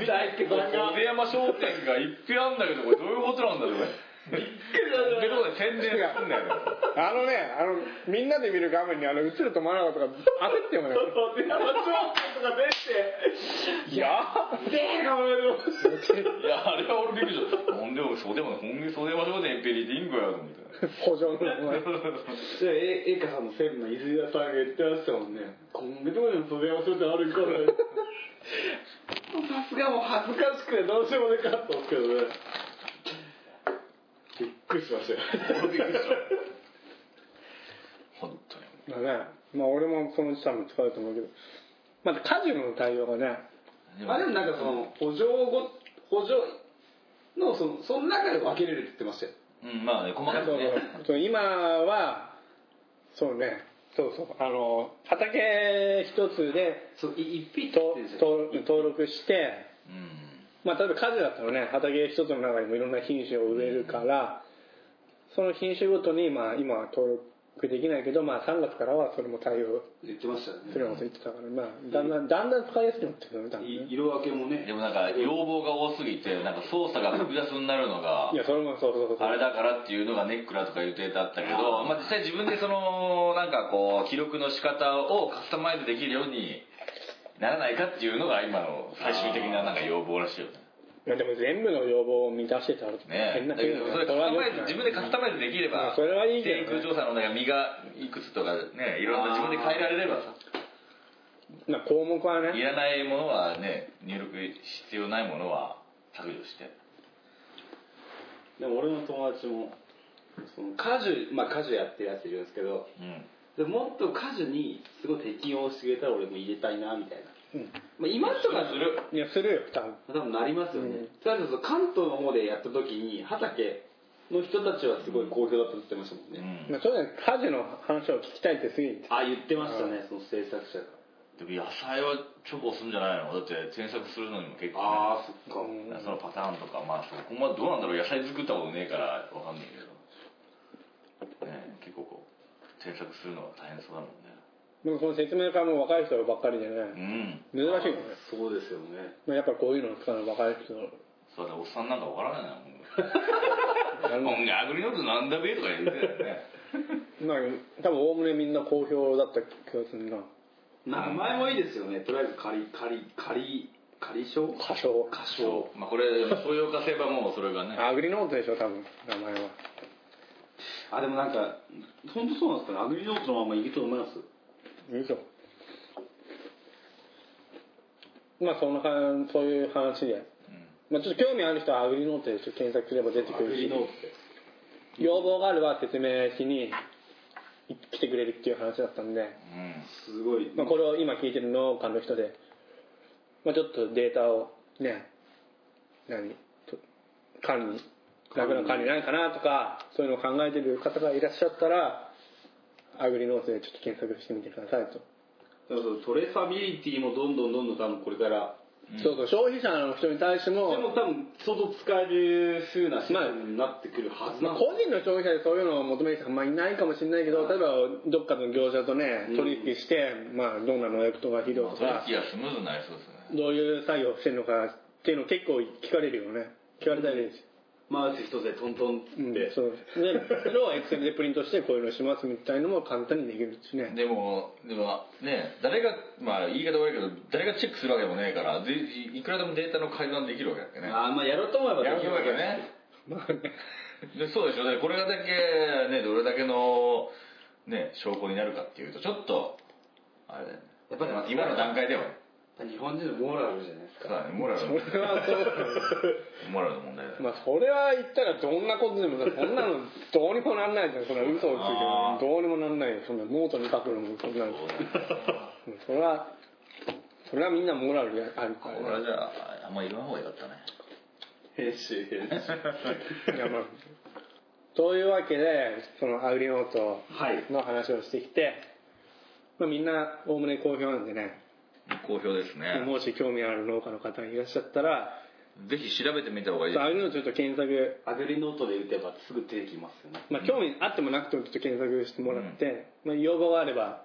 S3: 大輔さんが
S2: 袖山商店が一票あんだけどこれどういうことなんだろうびっくりだよ宣伝すんだよ
S1: あのね、あの、みんなで見る画面にあの映ると思わなかったから、焦ってもね。
S3: 袖山商店とか出ていやべえかも
S2: いやあれは俺びっくりしたなんで俺袖山本気袖山商店エンペリリンゴやと思って
S1: 補助のお前。
S3: ええかさんの専務の泉田さんが言ってましたもんね今月までの袖山商店あるからさすがもう恥ずかしくてどうしようもなかったんですけどねびっくりしましたよ
S2: 俺びっくりした 本当に
S1: だね。まあ俺もそのうち多分使うと思うけど。まあカジノの対応がね、
S3: あでもなんかその補助ご補助のそのその中で分けれるって言ってましたよ
S2: うんまあね細
S1: そ
S2: か
S1: う
S2: くね
S1: そうそう今は、そうね、そうそう、あの、畑一つで、
S3: そうい一匹
S1: と
S3: って言
S1: と登録して、
S2: うん
S1: まあ、例えば果樹だったらね畑一つの中にもいろんな品種を植えるから、その品種ごとに、まあ、今は登録できないけど、まあ、3月からはそれも対応
S3: ってましたよ
S1: するようなこと言ってたから、まあ、だんだんだんだん使いやすくなってくるね多分
S3: ね
S1: ね
S3: い色分けもね
S2: でもなんか要望が多すぎてなんか操作が複雑になるのが
S1: いやそれもそうそうそう
S2: あれだからっていうのがネックだとかいうデータあったけど、まあ、実際自分でそのなんかこう記録の仕方をカスタマイズできるようにならないかっていうのが今の最終的ななんか要望らしいよね
S1: いやでも全部の要望を満たしてたら
S2: ね
S1: 変な
S2: だけ
S1: 国だ
S2: ど
S1: な
S2: それ
S1: それは良く
S2: カスタマイ
S1: ない
S2: ズ自分でカスタマイズできれ
S1: あ
S2: ば
S1: それはいいけどね
S2: 天空調査のなんか身がいくつとかねいろんな自分で変えられればさ
S1: な項目はいね
S2: らないものはね入力必要ないものは削除して
S3: でも俺の友達もその果樹まあ果樹やってるやついるんですけど
S2: うん
S3: でもっと果樹にすごい適応してくれたら俺も入れたいなみたいなまあ、今とか
S2: する
S1: いやするよ多分
S3: 多分なりますよ
S1: うん
S3: ね、そうそうそう関東の方でやった時に畑の人たちはすごい好評だったって言ってましたも
S2: う
S3: ん
S2: ん
S3: ね、
S1: まあ、そうだね家事の話を聞きたいってすぎて
S3: あ言ってましたねその制作者が
S2: でも野菜はチョコするんじゃないのだって添削するのにも結構、ね、
S3: ああ
S1: うん
S2: そ
S3: そっか、
S2: のパターンとかまあそこまでどうなんだろう野菜作ったことねえからわかんないけどね結構こう添削するのは大変そうだもんね
S1: でもこの説明会も若い人ばっかりで
S2: う
S1: ね
S2: ん
S1: 珍しいよね、
S3: そうですよね
S1: まあ、やっぱこういうのを使うの若い人
S2: そうだねおっさんなんかわからないな
S1: あの
S2: もうお前アグリノートなんだべとか言ってたよね
S1: まあ多分おおむねみんな好評だった気がするな
S3: 名前もいいですよねとりあえず仮仮仮仮称
S1: 歌唱
S3: 仮
S2: そ
S3: 称
S2: うまあこれそういうおかせばもうそれがね
S1: アグリノートでしょ多分名前は
S3: あでもなんか本当そうなんですかねアグリノートのままいくと思います
S1: いいぞまあその話そういう話で、まあ、ちょっと興味ある人はアグリノートでちょっと検索すれば出てくるし要望があれば説明しに来てくれるっていう話だったんで、
S2: うん
S3: すごい、
S1: まあ、これを今聞いてる農家の人で、まあ、ちょっとデータをね何と管理楽な管理ないかなとかそういうのを考えてる方がいらっしゃったらアグリノートでちょっと検索してみてくださいと、
S3: そうそうトレーサビリティもどんどんどんどん多分これから
S1: そうそう消費者の人に対しても
S3: でも多分相当使える風なシステムになってくるはず
S1: ま
S3: な
S1: あ、
S3: ん
S1: 個人の消費者でそういうのを求める人はあんまりいないかもしれないけど例えばどっかの業者とね
S3: うん
S1: 取引して、まあ、どんな農薬とか肥料
S2: ま
S1: と
S2: あ
S1: か
S2: 取引がスムーズになりそうですね
S1: どういう作業をしてるのかっていうの結構聞かれるよね聞かれたりです
S3: マウス一つでトントンっつ
S1: うん
S3: って、
S1: そうでそれをエクセルでプリントしてこういうのしますみたいのも簡単にできるしね
S2: でも、でもね、誰が、まあ言い方悪いけど、誰がチェックするわけでもないから、でいいくらでもデータの改ざんできるわけだよね。
S3: あーまあやろうと思えば
S2: やるわけね。でそうでしょ、でこれがだけ、ね、どれだけの、ね、証拠になるかっていうと、ちょっと、あれだよね。
S3: やっぱりまあ
S2: 今の段階では、
S3: 日本人のモラルじゃないです
S2: そうだね、モラルの、
S1: それは
S2: モラルの問題だ よ。
S1: まあそれは言ったらどんなことでもさそんなのどうにもなんないじゃんそんな嘘をついて
S2: あー
S1: どうにもなんないよそんなノートに書くのも嘘になるしうんそれはそれはみんなモラルであるか
S2: こ
S1: ら
S2: れはじゃあ、あんま言わん方がよかったね。
S3: 編集編集
S1: いやまあというわけでそのアグリノート
S3: はい
S1: の話をしてきて、まあ、みんなおおむね好評なんでね
S2: 好評ですね。
S1: もし興味ある農家の方がいらっしゃったら
S2: ぜひ調べてみた方がいい
S1: そうア
S2: です
S1: グリノートちょっと検索、
S3: アグリノートで打てばすぐ出てきますよね
S1: まあ、興味あってもなくてもちょっと検索してもらって、まあ、要望があれば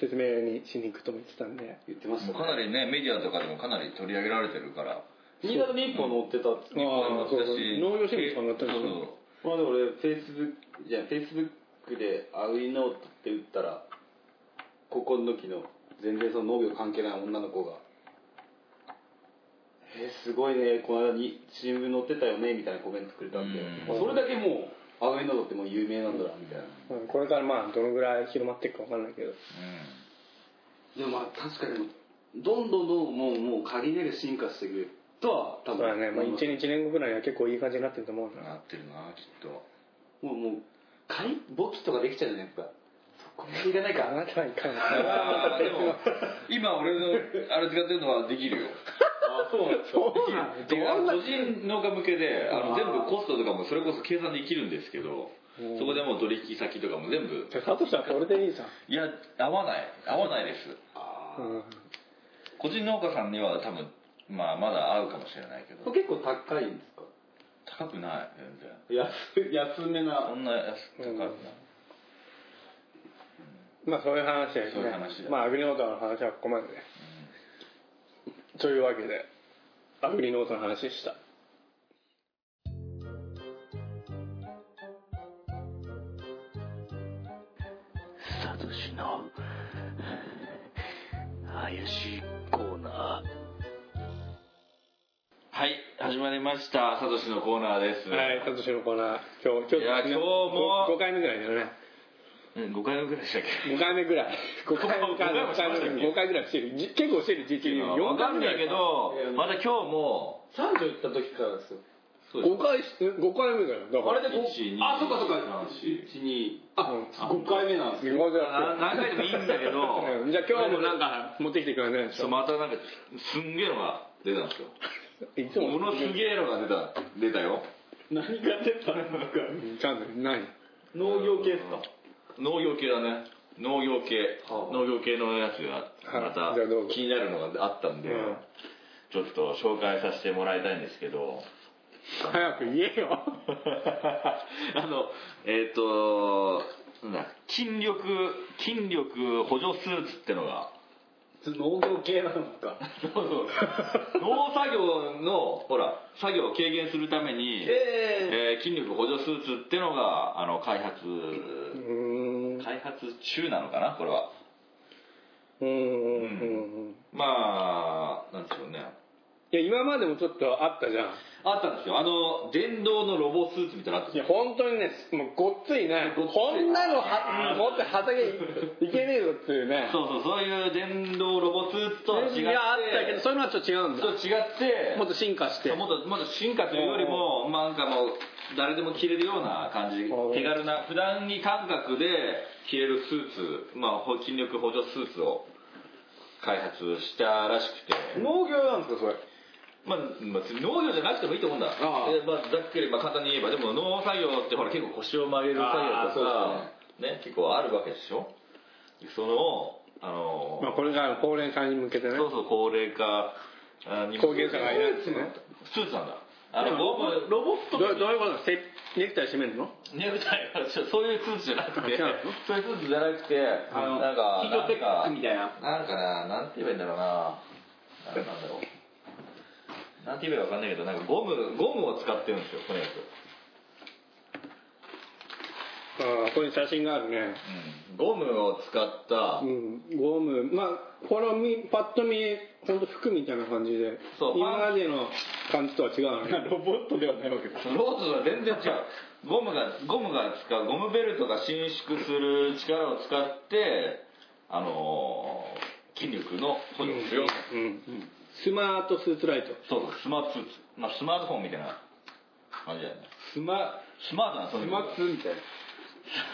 S1: 説明にしに行くとも言ってたんで
S3: 言ってまし
S2: も
S3: た
S2: うかなりね、メディアとかでもかなり取り上げられてるから。
S3: 新潟で一本載ってたっつっ
S1: あ
S3: て
S1: あそうそう農業新聞とかになったりする
S2: そうそう
S3: まあでも俺フェイスブックじゃフェイスブックでアグリノートって打ったら高校の時の全然その農業関係ない女の子が「えー、すごいねこの間に新聞載ってたよね」みたいなコメントくれたんで
S2: うん
S3: もうそれだけもうアグリノートってもう有名なんだなみたいな
S1: うんこれからまあどのぐらい広まっていくか分かんないけど
S3: でもまあ確かにどんどんどんどんもうもう限りなく進化していくとは
S1: そ
S3: 多
S1: う
S3: 分
S1: だね、まあ、1
S3: 思い
S1: 年
S3: す
S1: 1年後ぐらいには結構いい感じになってると思う
S2: うん
S1: な
S2: なってるな、きっと。
S3: もうもう買い簿記とかできちゃうじゃないですかそこまでいかない
S1: あ
S3: か
S1: なたはいかん
S2: ああ、でも、今俺のあれ使ってるのはできるよ。
S3: あそうなんですか
S1: そうなん
S2: であの個人農家向けで、あの全部コストとかもそれこそ計算できるんですけど、そこでもう取引先とかも全部、
S1: 佐藤さんはそれでいいじゃん、
S2: いや、合わない、合わないです。
S3: あー
S1: うん、
S2: 個人農家さんには多分、まあまだ合うかもしれないけ
S3: こ
S2: ど、
S3: れ結構高いんですか
S2: 高くない、全然。
S3: 安安め
S2: そ
S3: なん
S2: な安高くない。
S1: まあそういう話ですね
S2: そういう話だ
S1: まあアグリノートの話はここまでで、というわけでアグリノートの話でした
S5: サトシの怪しいコーナ
S2: はい、始まりました、サトシのコーナーです。
S1: はい、サトシのコーナー、今日、今日、
S2: いや今日も
S1: 5, 回目ぐらいだよね。
S2: うん5回目ぐらいでしたっけ
S1: 5回目ぐらい。5回目
S2: 五回もしましたっけ
S1: 5回ぐらいしてる。じ結構してる、実に。
S2: わ
S1: 4
S2: か
S1: 回目
S2: ん
S1: ぐ
S2: な
S1: ら
S2: い
S1: い
S2: け
S1: か。
S2: ど
S3: いや、
S2: まだ今日も、
S3: 三十行った時からですよ
S2: そうです
S1: 5回しえ五回目だよだか
S3: あ
S1: ら
S3: れでこう
S2: 1 2
S3: あそっかそっか
S2: 3
S3: 12あ
S1: うん
S3: 5回目なんです
S1: 5回じ
S4: な何回でもいいんだ け
S1: ゃ
S4: ど
S1: じゃあ今日もなんか持ってきてくれないでし
S2: そう
S1: ょ
S2: またなんかすんげえのが出たんですよ
S1: いつも
S2: ものすげえのが出た出たよ
S3: 何が出たのか
S1: ちゃんと何
S3: 農業系ですか
S2: 農業系だね農業系、
S3: はあ
S2: 農業系のやつがま
S1: はいじゃあどうぞ
S2: た気になるのがあったんで、
S1: うん
S2: ちょっと紹介させてもらいたいんですけど
S1: 早く言えよ
S2: あのえっ、となんだ筋力筋力補助スーツっての が
S3: 農業系なのか
S2: そうそう農作業のほら作業を軽減するために、え
S3: ええ
S2: ー筋力補助スーツってのがあの開発
S1: うーん
S2: 開発中なのかなこれは
S1: うんうんうんうん
S2: まあなんでしょうね
S1: いや今までもちょっとあったじゃん
S2: あったんですよあの電動のロボスーツみたいなのあったん
S1: いや
S2: ですよ
S1: 本当にねもうごっついねこんなのは持って畑いいけねえぞっていうね
S2: そうそうそういう電動ロボスーツとは違って
S1: いやあったけどそういうのはちょっと違うん
S2: と
S1: だ
S2: 違って
S1: もっと進化して
S2: もっともっと進化というよりも、まあ、なんかもう誰でも着れるような感じ
S1: うん
S2: 手軽な普段に感覚で着れるスーツ、まあ、ほ筋力補助スーツを開発したらしくて、
S3: 農業なんですかそれ
S2: まあ、まあ農業じゃなくてもいいと思うんだ
S3: ああ
S2: でまあ、ざっくり、まあ、簡単に言えばでも農作業ってほら結構腰を曲げる作業と
S3: あ
S2: か、ね結構あるわけでしょそのあの、
S1: まあこれが高齢化に向けてね
S2: そうそう高齢化あに
S1: 後継者がいないってね
S2: スーツなんだあの
S1: でも
S2: ロボロボッ
S1: ど
S2: ト
S1: うどういうことせネクタイ締めるの
S2: ネクタイはちょそういうスーツじゃなくて
S1: 違うの
S2: そういうスーツじゃなくて
S3: あの
S2: なんか
S3: ヒートテックみたいな
S2: なんかななんて言えばいいんだろうななんなんだろうなんて言えばいいかわかんないけどなんかゴムゴムを使ってるんですよこのやつ、
S1: ああここに写真があるね
S2: うん、ゴムを使った、
S1: うんゴムまあこれはみパッと見本当服みたいな感じで
S2: そう
S1: 今までの感じとは違うのね
S3: ロボットではないわけです
S2: ローズは全然違うゴムがゴムが使うゴムベルトが伸縮する力を使ってあのー筋力の補助をするよう
S1: う
S2: な
S1: んスマートスーツライト
S2: そうそうスマートスーツ、まあ、スマートフォンみたいな感じだよね
S3: スマ
S2: スマートなそ
S3: ス
S2: の
S3: マツみたいな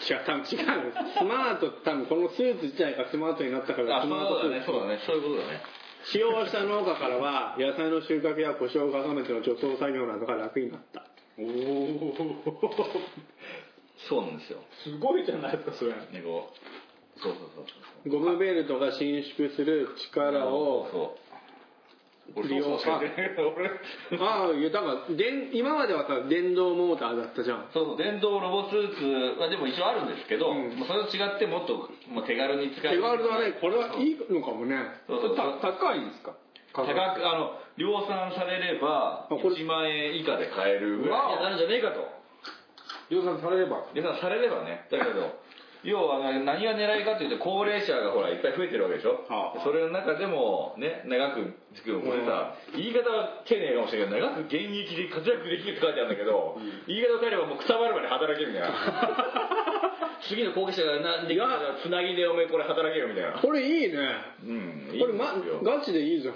S1: 違う多分違うスマート多分このスーツ自体がスマートになったからス
S2: あそう
S1: マートスー
S2: だね
S1: ツ
S2: そうだねそういうことだね
S1: 使用した農家からは野菜の収穫や故障を重ねての除草作業などが楽になった
S3: おお
S2: そうなんですよ
S3: すごいじゃないですかそれ
S2: ねこうそうそうそうそ
S1: ゴ
S2: う
S1: ムベルトが伸縮する力を
S2: そう
S1: 利用
S2: そうそう
S1: ああいやだから電今まではさ電動モーターだったじゃん
S2: そうそう電動ロボスーツはでも一応あるんですけど、
S1: うん
S2: まあそれと違ってもっともう手軽に使
S1: 手
S2: え
S1: 軽
S2: る
S1: だねこれはいいのかもね
S2: そうそう
S3: た高いんですか
S1: 価
S2: 高
S1: 格
S2: くあの量産されれば
S1: これ
S2: 1万円以下で買えるぐらいになるんじゃねえかと
S3: 量産されれば
S2: でさされればねだけど要はな何が狙いかというと高齢者がほらいっぱい増えてるわけでしょ、
S3: はあ
S2: それの中でもね長くつくこれさ、言い方は丁寧かもしれないけど長く現役で活躍できるって書いてあるんだけど、言い方を変えればもうくたばるまで働けるみたいな 次の後継者がなんできるからつなぎでおめえこれ働けよみたいな
S1: これいいね
S2: うん
S1: こ
S2: いいんですよ
S1: れ、ま、ガチでいいじゃん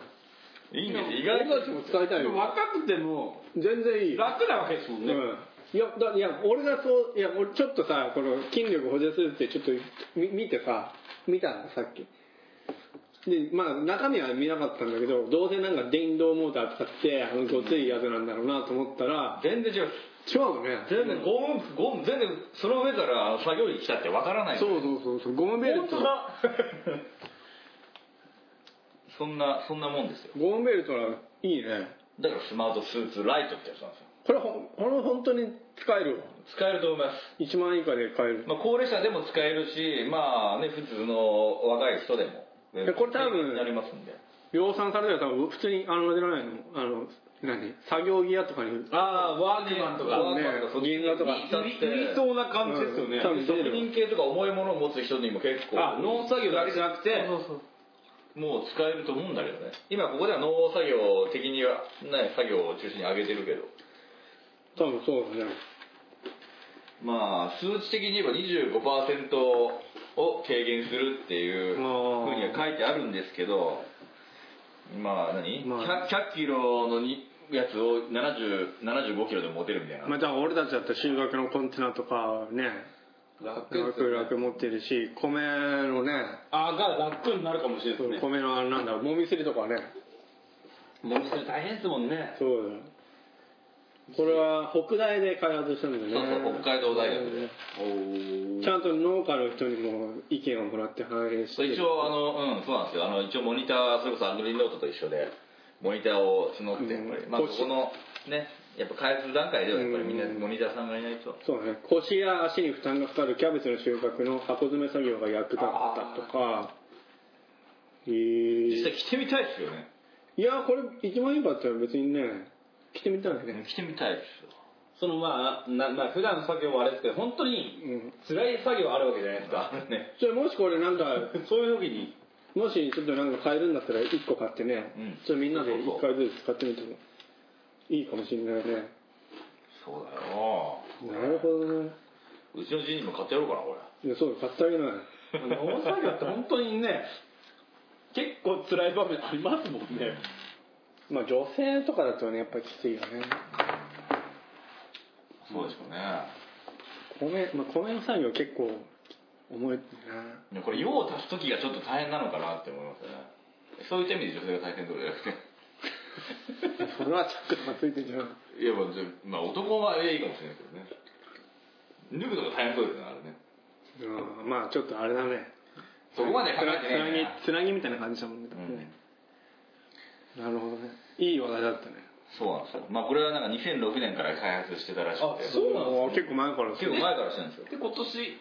S2: いいんですよ意外
S1: 僕たち
S2: と
S1: も使いたい
S3: で
S1: よ
S3: も若くても
S1: 全然いい
S3: 楽なわけですもんね、
S1: うんいやだいや俺がそういや俺ちょっとさこの筋力補助するってちょっとみ見てさ見たのさっきでまあ中身は見なかったんだけどどうせなんか電動モーター使ってあのごついやつなんだろうなと思ったら
S2: 全然違う
S1: 違うね
S2: 全然ゴムゴム全然その上からあの作業着来たってわからない
S1: そうそうそうそうゴムベルト
S2: そんなそんなもんですよ
S1: ゴムベルトはいいね
S2: だからスマートスーツライトってやつなんですよ
S1: これほんこれ本当に使えるわ
S2: 使えると思います、
S1: 1万円以下で買える
S2: まあ、高齢者でも使えるしまあね普通の若い人でも
S1: やこれ多分
S2: なりますんで
S1: 量産されたら多分普通にあのあれじゃないのあの何作業着屋とかに
S3: ああワークマンとか
S1: ね銀河とか
S2: だって
S3: 売りそうな感じですよね、
S1: うん多分出
S2: 職
S1: るわ
S2: 人系とか重いものを持つ人にも結構
S3: あ農作業だけじゃなくて
S2: もう使えると思うんだけどね今ここでは農作業的にはね作業を中心に上げてるけど
S1: 多分そうだね
S2: まあ数値的に言えば25%を軽減するっていうふう
S1: あー
S2: には書いてあるんですけどまあ何、
S1: まあ
S2: 100, 100キロのにやつを70 75キロでも持てるみたいな、
S1: まあ、だから俺たちだったら収穫のコンテナとかね
S3: 楽です
S1: 楽
S3: よね
S1: 々持ってるし米のね
S3: あーが楽になるかもしれないですね
S1: 米のあれなんだもみすりとかね
S3: もみすり大変ですもんね
S1: そうだよこれは北大で開発したんだよね
S2: そうそう北海道大学で
S1: ちゃんと農家の人にも意見をもらって反映し
S2: そう
S1: て
S2: 一応あのうんそうなんですよあの一応モニターそれこそアグリノートと一緒でモニターを募ってやっぱり、
S1: うん
S2: まあこ
S1: こうし
S2: このねやっぱ開発段階ではやっぱりみんなモニターさんがいないと
S1: そうね腰や足に負担がかかるキャベツの収穫の箱詰め作業が役立ったとかえー
S2: 実際着てみたいですよね
S1: いやこれ一番いいバッタら別にね着てみたいね
S2: 着てみたいですよ
S3: そのまあな、まあ、普段の作業もあれですけど本当に
S1: うん
S3: 辛い作業あるわけじゃないですか
S2: あのね
S1: じゃあもしこれなんか
S3: そういう時に
S1: もしちょっとなんか買えるんだったら1個買ってね、
S2: うん
S1: ちょっとみんなで1回ずつ使ってみてもいいかもしれないね
S2: そうだよ
S1: なるほどね
S2: うちのジにも買ってやろうかなこれ
S1: いやそう買ってあ げない
S3: 農作業って本当にね結構辛い場面ありますもんね
S1: まあ女性とかだとねやっぱりきついよね
S2: そうですよね
S1: 米、まあ、米の作業結構重いな
S2: でもこれ用を足す時がちょっと大変なのかなって思いますよねそういった意味で女性が大変ってことかじゃなく
S1: そ
S2: て
S1: れはチャックとかついてんじゃん
S2: いやまあじゃあ、まあ、男はいいかもしれないけどね脱ぐのが大変そうですねあれね
S1: うんまあちょっとあれだね
S2: そこまで考
S1: つな
S2: えてないね
S1: つなぎつなぎみたいな感じだもんね、
S2: うん
S1: なるほどねいい話題だったね
S2: そうなんですよまあこれはなんか2006年から開発してたらしくて
S3: そうなんですね
S1: も結構前から
S2: 結構前からしてるんですよ
S3: で今年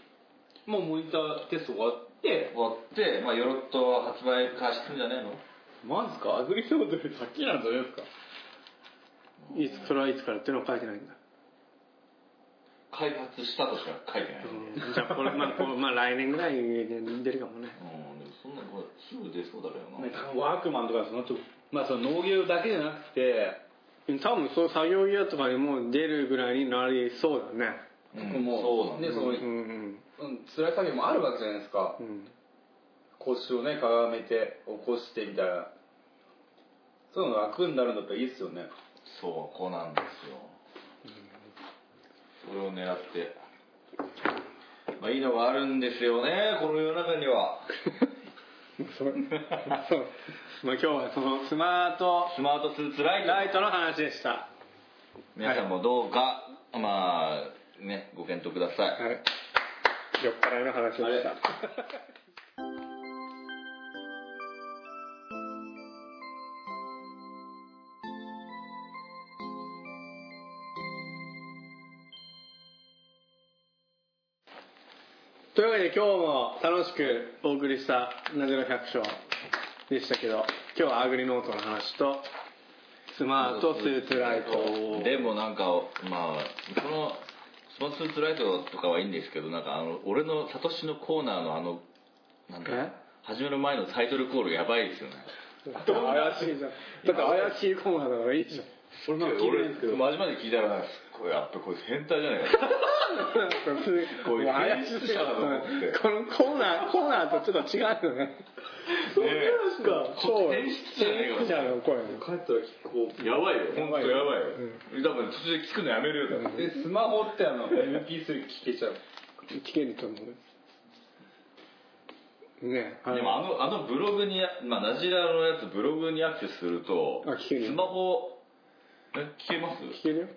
S3: もうモニターテスト終わって
S2: 終わって、まあ、ヨロット発売開始するんじゃねえの
S3: マジかアグリソードより先なんじゃないですか
S1: いつそれはいつからっていうのは書いてないんだ、
S2: 開発したとしか書いてない、うん
S1: うんじゃあこれ,、まあ、これまあ来年ぐらいに出るかもね
S2: でもそんなのすぐ出そうだけど
S3: なん
S2: な
S3: かワークマンとかそのとまあその農業だけじゃなくて、
S1: 多分その作業ギアとかにも出るぐらいになりそうだね
S2: うんそうなん
S3: ね
S2: だ
S3: その、う
S1: うんん
S3: 辛い作業もあるわけじゃないですか
S1: うんうん
S3: 腰をねかがめて起こしてみたいなそういうの楽になるんだったらいいですよね
S2: そうこうなんですよ、それを狙ってまあいいのがあるんですよねこの世の中には
S1: そうそうまあ今日はそのスマート
S2: スマートスーツライト
S1: ライトの話でした
S2: 皆さんもどうか、まあねご検討ください、
S1: はい酔っ払いの話でした というわけで今日も楽しくお送りした「なぜの百姓」でしたけど今日はアグリノートの話とスマートスーツライト
S2: でもなんかまあそのそのスーツライトとかはいいんですけどなんかあの俺のサトシのコーナーのあのなん
S1: え
S2: だ始める前のタイトルコールやばいですよね
S1: だって怪しいじゃんだって怪しいコーナーだからいいじゃん
S3: 俺なんか聞いてないんですけど
S2: マジまで聞いたらなんかこれやっぱこいつ変態じゃないかこういう
S1: 怪しい
S2: 者だと思って
S1: このコーナーコーナーとちょっと違うよね
S2: そうなん
S1: かそう
S2: 変質じゃないか
S1: じゃあこれ
S3: 帰ったら聞こう
S2: やばいよ
S1: や
S2: 本
S1: ば
S2: 当
S1: いよ
S2: やばいよ、多分途中で聞くのやめるよ多分
S3: でスマホってあ の MP3 聞けちゃう
S1: 聞けると思うねあ
S2: でもあのあのブログに、まあ、ナジラのやつブログにアクセスすると
S1: あ聞けるよ
S2: スマホえ聞けます
S1: 聞けるよ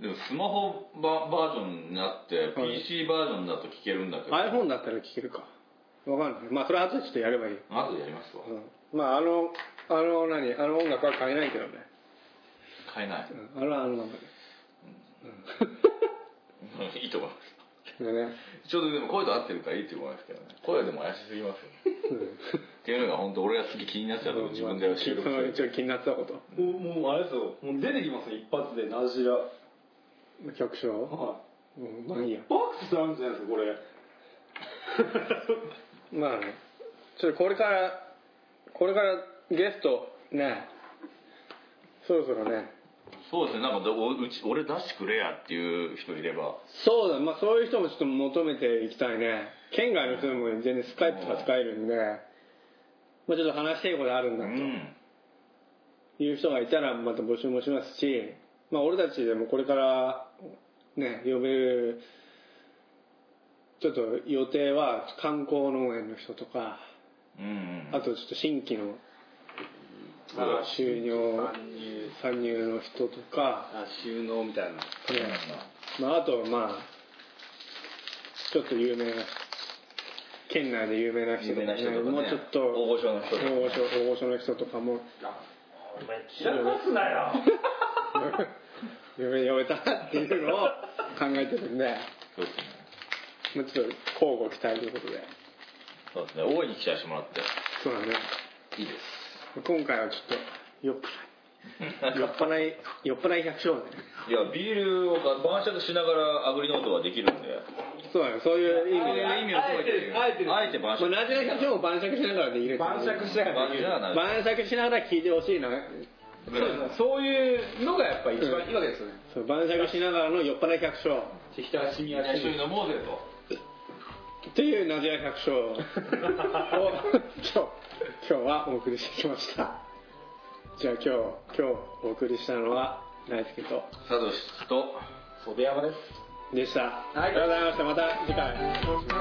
S2: でもスマホババージョンになって、
S1: はい
S2: PC バージョンだと聞けるんだけど、
S1: iPhone だったら聞けるかわかんないまあそれは後でちょっとやればいい、
S2: あとでやりますわ、
S1: うん、まああのあの何あの音楽は変えないけどね、
S2: 買えない
S1: うん、あれはあのまま
S2: いいと思いま
S1: で でね
S2: すちょうどでも声と合ってるからいいって思いますけどね声はでも怪しすぎますよ っていうのが本当俺がすげえ気になっちゃうとこ自分で収録す
S1: その
S2: る
S1: 一応気になってたこと
S3: もうもうあれですよもう出てきますね一発でナジラはい
S1: 局長うんまあいいや
S3: バックスあるんじゃないです かこれ
S1: まあねちょっとこれからこれからゲストねそろそろね
S2: そうですねなんかどうち俺出してくれやっていう人いれば
S1: そうだまあそういう人もちょっと求めていきたいね県外の人でも全然スカイプとか使えるんでまあちょっと話したいことあるん
S2: う
S1: だと、
S2: ん
S1: いう人がいたらまた募集もしますし、まあ、俺たちでもこれから、ね、呼べるちょっと予定は観光農園の人とか
S2: うんうん
S1: あとちょっと新規の
S3: あ
S1: 収入
S3: 参入
S1: 参入の人とか、
S3: あ収納みたいな
S1: ねまあ、あとまあちょっと有名な県内で有名な人
S2: 有
S1: とか,、
S2: 名な人とかね
S1: もうちょっと
S2: 大御所の人とかね
S1: 大御所大御所の人とかも
S5: お前散らかすなよ
S1: 嫁嫁たなっていうのを考えてるんで、
S2: そうですね
S1: まあ、ちょっと交互期待ということで
S2: そうですね大いに期待してもらって
S1: そうだね
S2: いいです
S1: 今回はちょっと酔っ払い酔っ払い酔っ払い百姓だね
S2: いやビールを晩酌しながらアグリノートはできるんで
S1: そうだねそういう意味で、
S2: そういう意味を込めて
S3: あえて
S2: あえて晩
S1: ま
S2: 酌
S1: あ、ラジオ百姓も晩酌しながらできる
S3: 晩酌しながら
S2: 晩酌はない
S1: 晩酌しながら聞いてほしいな
S3: そうですねそういうのがやっぱ一番いいわけですよね
S1: そう晩酌しながらの酔っ払い百姓
S3: ひたしみや
S2: 一緒に飲もうぜと
S1: というナジラ百 姓を今日今日はお送りしてきましたじゃあ今日今日お送りしたのは大輔と
S2: 佐藤と
S3: 袖山です
S1: でした、ありがとうございましたまた次回